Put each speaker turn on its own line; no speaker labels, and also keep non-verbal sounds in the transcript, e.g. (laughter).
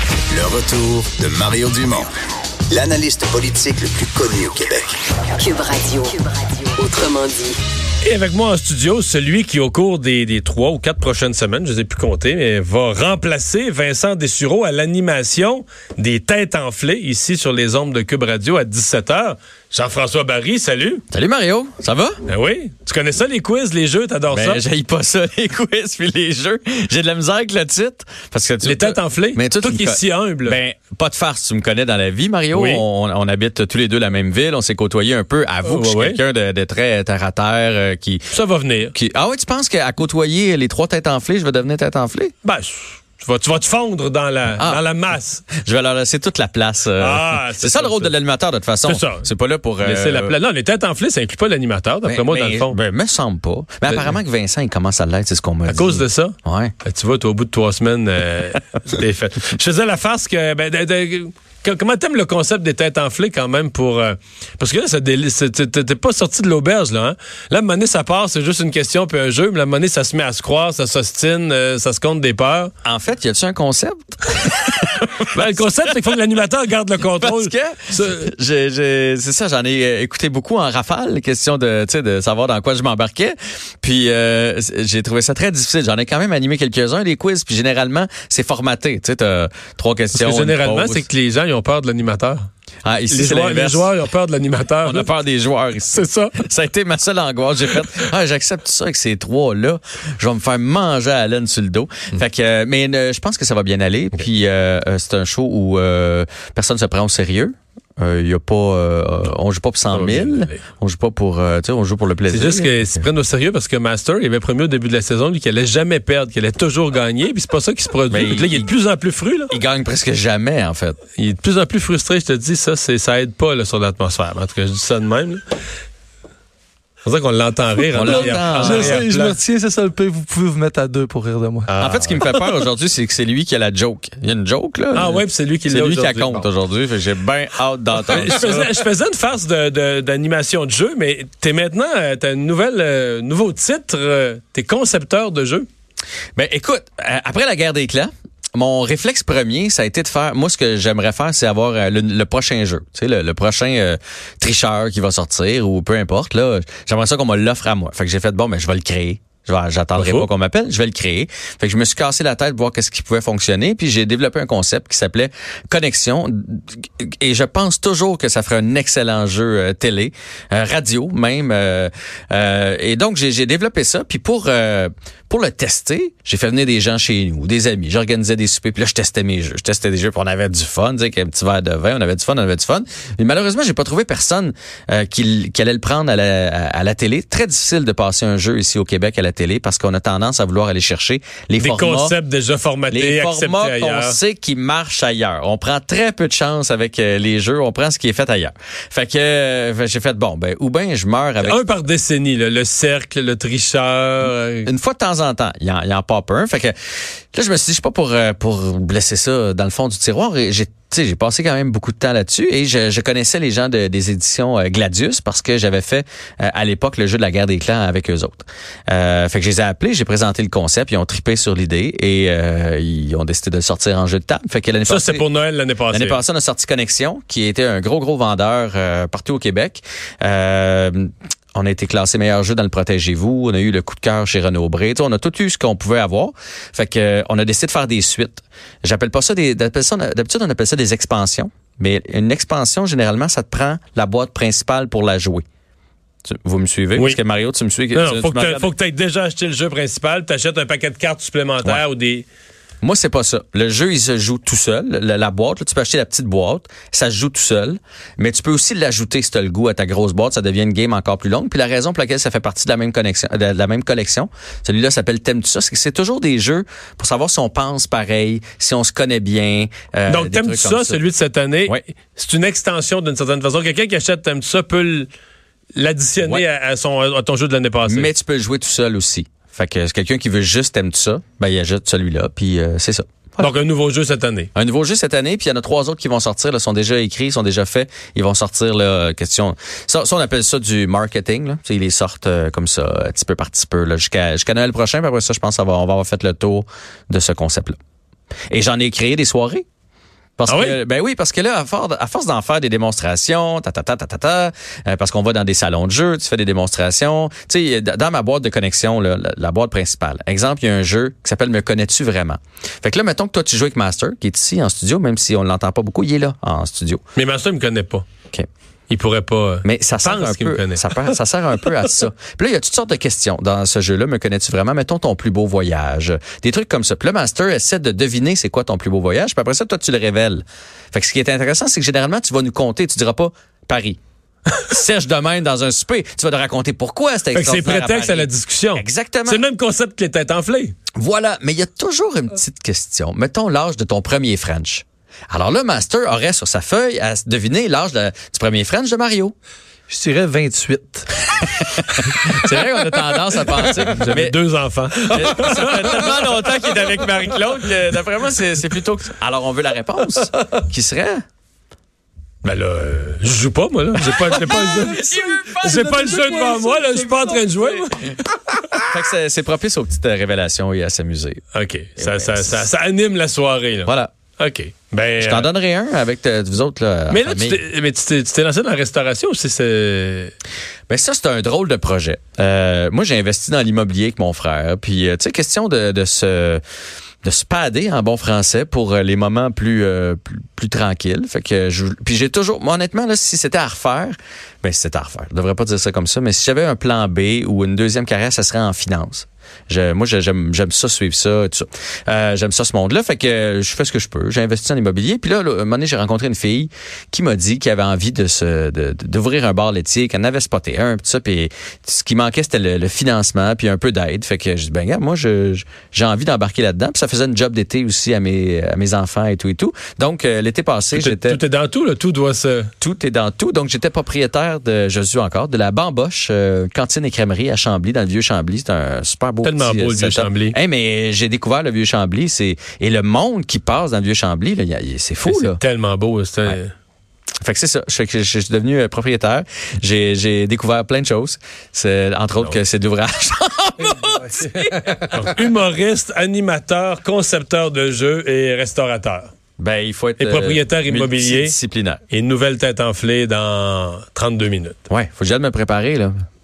Le retour de Mario Dumont, l'analyste politique le plus connu au Québec.
Cube Radio. Cube Radio. Autrement dit.
Et avec moi en studio, celui qui, au cours des, des trois ou quatre prochaines semaines, je ne les ai plus compter, mais va remplacer Vincent Dessureau à l'animation des Têtes enflées ici sur les ombres de Cube Radio à 17h. Jean-François Barry, salut.
Salut Mario, ça va?
Ben oui. Tu connais ça, les quiz, les jeux, t'adores ça?
Ben, j'aille pas ça, (laughs) les quiz puis les jeux. J'ai de la misère avec le titre. Parce que tu,
Les têtes enflées.
Mais toi,
Toi
tu
qui
me
es
co-
si humble.
Ben, pas de farce, tu me connais dans la vie, Mario.
Oui.
On, on habite tous les deux la même ville, on s'est côtoyé un peu. Avoue que je suis
Oh, Ouais, ouais.
quelqu'un de, de très terre à terre euh, qui,
Ça va venir.
qui. Ah ouais, tu penses qu'à côtoyer les trois têtes enflées, je vais devenir tête enflée?
Ben, tu vas, tu vas te fondre dans la,
Ah.
dans la masse.
Je vais leur laisser toute la place. euh.
Ah, c'est
(laughs) c'est ça,
ça,
le rôle
ça.
de l'animateur, de toute façon.
C'est ça.
C'est pas là pour. (laughs) euh,
Laisser la pla- Non, les Têtes enflées, ça inclut pas l'animateur, d'après
ben,
moi, dans
ben,
le fond. Euh,
Ben, me semble pas. Mais apparemment que Vincent, il commence à l'être, c'est ce qu'on m'a dit.
à cause de ça?
Ouais.
Ben, tu vois, toi, au bout de trois semaines,
(laughs)
euh, t'es fait. Je faisais la farce que. ben, de- de- que- comment t'aimes le concept des têtes enflées quand même pour. euh, parce que là, ça déli- c'est- t'es t'es- t'es pas sorti de l'auberge, là. Hein? Là, à un moment donné, ça part, c'est juste une question puis un jeu, mais à un moment donné, ça se met à se croire, ça s'ostine, euh, ça se compte des peurs.
En fait, y a-tu
(laughs)
un concept?
Ben, le concept, c'est qu'il faut que l'animateur garde le contrôle.
Parce que
Ça-
j'ai- j'ai- c'est ça, j'en ai euh, écouté beaucoup en rafale, les questions de, tu sais, de savoir dans quoi je m'embarquais. Puis euh, c- j'ai trouvé ça très difficile. J'en ai quand même animé quelques-uns des quiz. Puis généralement, c'est formaté. Tu sais, t'as trois questions.
parce que
une
généralement,
pause.
c'est que les gens, ils ont peur de l'animateur.
Ah, ici,
Les,
c'est
joueurs- les
l'inverse.
joueurs, ils ont peur de l'animateur.
On a peur des joueurs ici.
C'est ça.
Ça a été ma seule angoisse. J'ai fait, ah, j'accepte ça avec ces trois-là. Je vais me faire manger à laine sur le dos.
Mm.
Fait que, euh, mais euh, je pense que ça va bien aller. Puis euh, euh, c'est un show où euh, personne se prend au sérieux. Euh, y a pas, euh, on joue pas pour 100
bien
000.
aller.
On joue pas pour, euh, tu sais, on joue pour le plaisir.
C'est juste qu'ils se prennent au sérieux parce que Master, il avait promis au début de la saison, lui, qu'il allait jamais perdre, qu'il allait toujours gagner, puis c'est pas ça qui se produit.
Mais
Puis là, il est de plus en plus fru, là.
Il gagne presque jamais, en fait.
Il est de plus en plus frustré, je te dis, ça, c'est, ça aide pas, là, sur l'atmosphère. En tout cas, je dis ça de même, là. C'est pour ça qu'on l'entend rire.
On
en arrière-
l'entend.
en
Je sais, je
arrière-plan.
me retiens, c'est ça le pire. Vous pouvez vous mettre à deux pour rire de moi.
En fait, ce qui me fait peur aujourd'hui, c'est que c'est lui qui a la joke. Il y a une joke, là.
Ah ouais, puis c'est lui qui
C'est
l'a
lui qui la
aujourd'hui.
compte aujourd'hui. Fait que J'ai bien hâte d'entendre
(laughs) je,
ça.
faisais, je faisais une farce de- de- d'animation de, jeu, mais t'es maintenant, euh, t'as une nouvelle, euh, nouveau titre, euh, t'es concepteur de jeu.
Ben écoute, euh, après la guerre des clans, mon réflexe premier, ça a été de faire. Moi, ce que j'aimerais faire, c'est avoir euh, le, le prochain jeu, tu sais, le, le prochain euh, tricheur qui va sortir ou peu importe. Là, j'aimerais ça qu'on me l'offre à moi. Fait que j'ai fait bon, mais je vais le créer. Je vais- J'attendrai
Bravo.
pas qu'on m'appelle, je vais le créer. Fait que je me suis cassé la tête pour voir qu'est-ce qui pouvait fonctionner, puis j'ai développé un concept qui s'appelait Connexion. Et je pense toujours que ça ferait un excellent jeu euh, télé, euh, radio même. euh, euh, et donc j'ai j'ai développé ça, puis pour euh, pour le tester, j'ai fait venir des gens chez nous, des amis. J'organisais des soupers, puis là je testais mes jeux, je testais des jeux, puis on avait du fun, tu sais, avec un petit verre de vin, on avait du fun, on avait du fun. Mais malheureusement, j'ai pas trouvé personne euh, qui, l- qui allait le prendre à la, à- à la télé. Très difficile de passer un jeu ici au Québec à la télé parce qu'on a tendance à vouloir aller chercher les
Des
formats
concepts déjà formatés,
les
acceptés
formats qu'on
ailleurs.
sait qui marchent ailleurs. On prend très peu de chance avec euh, les jeux, on prend ce qui est fait ailleurs. Fait que euh, fait- j'ai fait bon ben ou ben je meurs avec
Un par décennie, là, le cercle, le tricheur. euh,
une fois de temps en temps, il en, il en pop un. Fait que là, je me suis dit, je suis pas pour, euh, pour blesser ça dans le fond du tiroir. Et J'ai tu sais, j'ai passé quand même beaucoup de temps là-dessus et je, je connaissais les gens de- des éditions euh, Gladius parce que j'avais fait euh, à l'époque le jeu de la guerre des clans avec eux autres. Euh, fait que je les ai appelés, j'ai présenté le concept, ils ont tripé sur l'idée et euh, ils ont décidé de le sortir en jeu de table. Fait que l'année
Ça,
passée-
c'est pour Noël l'année passée.
L'année passée, on a sorti Connexion, qui était un gros, gros vendeur euh, partout au Québec. Euh, on a été classé meilleur jeu dans le Protégez-vous. On a eu le coup de cœur chez Renaud Bré. Tu sais, On a tout eu ce qu'on pouvait avoir. Fait que, euh, on a décidé de faire des suites. J'appelle pas ça des. d'appelle ça- D'habitude, on appelle ça des expansions. Mais une expansion, généralement, ça te prend la boîte principale pour la jouer. Tu- vous me suivez?
Oui.
Parce que Mario, tu me suis.
Non,
tu-
non, faut
tu
que,
me
t'a-
regardes-
faut que t'aies déjà acheté le jeu principal, t'achètes un paquet de cartes supplémentaires ou des.
Moi, c'est pas ça. Le jeu, il se joue tout seul. La, la boîte, là, tu peux acheter la petite boîte, ça se joue tout seul. Mais tu peux aussi l'ajouter si tu as le goût à ta grosse boîte, ça devient une game encore plus longue. Puis la raison pour laquelle ça fait partie de la même connexion, de la, de la même collection, celui-là s'appelle T'aimes-tu ça? C'est que c'est toujours des jeux pour savoir si on pense pareil, si on se connaît bien. euh,
Donc,
des
t'aimes-tu
trucs
ça,
comme
celui de cette année?
Ouais.
C'est une extension d'une certaine façon. Quelqu'un qui achète t'aimes-tu ça peut l- l'additionner
Ouais.
à, à son, à ton jeu de l'année passée.
Mais tu peux le jouer tout seul aussi. Fait que euh, quelqu'un qui veut juste T'aimes-tu ça? Ben, il ajoute celui-là, puis euh, c'est ça. Voilà.
Donc, un nouveau jeu cette année.
Un nouveau jeu cette année, puis il y en a trois autres qui vont sortir, là, sont déjà écrits, sont déjà faits. Ils vont sortir, là, euh, question. Ça, ça, on appelle ça du marketing, là. Tu sais, Ils les sortent euh, comme ça, euh, petit peu par petit peu, là, jusqu'à jusqu'à Noël prochain. Puis après ça, je pense qu'on va, on va avoir fait le tour de ce concept-là. Et j'en ai créé des soirées. Parce
Ah
que,
oui?
Ben oui, parce que là, à, for- à force d'en faire des démonstrations, ta, ta, ta, ta, ta, ta, euh, parce qu'on va dans des salons de jeu, tu fais des démonstrations. Tu sais, d- dans ma boîte de connexion, là, la, la boîte principale, exemple, il y a un jeu qui s'appelle Me connais-tu vraiment? Fait que là, mettons que toi, tu joues avec Master, qui est ici en studio, même si on ne l'entend pas beaucoup, il est là en studio.
Mais Master, il me connaît pas.
OK.
Il pourrait pas. euh,
Mais ça sert
pense
un
qu'il me
peu.
connaît.
Ça, part- ça sert un peu
(laughs)
à ça. Puis là, il y a toutes sortes de questions dans ce jeu-là. Me connais-tu vraiment? Mettons ton plus beau voyage. Des trucs comme ça. Puis le master essaie de deviner c'est quoi ton plus beau voyage. Puis après ça, toi, tu le révèles. Fait que ce qui est intéressant, c'est que généralement, tu vas nous compter. Tu diras pas
(laughs)
Paris. Sèche demain dans un souper. Tu vas te raconter pourquoi c'était
Fait que c'est
extraordinaire
prétexte à
Paris.
la discussion.
Exactement.
C'est le même concept que les têtes enflées.
Voilà, mais il y a toujours une petite question. Mettons l'âge de ton premier French. Alors le master aurait sur sa feuille à deviner l'âge de- du premier French de Mario.
Je dirais 28.
C'est vrai qu'on a tendance à penser.
J'avais
Mais-
deux
(laughs)
enfants.
Mais ça fait tellement longtemps qu'il est avec Marie-Claude que d'après moi, c'est c'est plutôt que ça. Alors, on veut la réponse. Qui serait?
Ben là, euh, je joue pas, moi, là. J'ai pas, j'ai pas
(laughs)
le jeu. J'ai pas le jeu devant moi, là. Je suis pas en train de jouer. moi.
Fait que c'est- c'est propice aux petites euh, révélations et à s'amuser.
OK. Ça, ça, ça, ça anime la soirée, là.
Voilà.
OK. Ben,
Je
euh,
t'en donnerai un avec euh, vous autres. Là, en
mais là, tu
famille.
t'es, mais tu t'es- tu t'es lancé dans la restauration aussi, c'est.
Ben ça, c'est un drôle de projet. Euh, moi, j'ai investi dans l'immobilier avec mon frère. Puis, euh, tu sais, question de, de se de se pader en bon français pour euh, les moments plus euh, plus, plus tranquilles. Fait que je, puis j'ai toujours moi, honnêtement là si c'était à refaire, ben si c'était à refaire. Je devrais pas dire ça comme ça, mais si j'avais un plan B ou une deuxième carrière, ça serait en finance. Je- moi, je- j'aime, j'aime ça, suivre ça, tout ça. Euh, j'aime ça, ce monde-là. Fait que euh, je fais ce que je peux. J'ai investi en immobilier. Puis là, là, un moment donné, j'ai rencontré une fille qui m'a dit qu'elle avait envie de se, de- de- d'ouvrir un bar laitier, qu'elle en avait spoté un, puis tout ça. Puis ce qui manquait, c'était le, le financement, puis un peu d'aide. Fait que je dis, ben, regarde, moi, je- je- j'ai envie d'embarquer là-dedans. Puis ça faisait une job d'été aussi à mes, à mes enfants et tout et tout. Donc, euh, l'été passé, j'étais
Tout est dans tout, là. Tout doit se.
tout est dans tout. Donc, j'étais propriétaire de, je suis encore, de la Bamboche, euh, cantine et crèmerie à Chambly, dans le vieux Chambly. C'est un super beau
Tellement
petit, euh,
beau, le vieux
setup.
Chambly.
Hey, mais j'ai découvert le vieux Chambly, c'est et le monde qui passe dans le vieux Chambly, là, y a- y- c'est fou là.
C'est tellement beau. hein, c'est-
Fait que c'est ça. Je, je- je suis devenu euh, propriétaire. J'ai, j'ai découvert plein de choses. C'est, entre
Ah
autres que c'est d'ouvrage. (laughs)
(laughs) Alors, humoriste, animateur, concepteur de jeux et restaurateur.
ben, il faut être euh,
Et propriétaire immobilier.
Disciplinaire.
Et une nouvelle tête enflée dans 32 minutes.
Ouais, faut que j'aille me préparer là.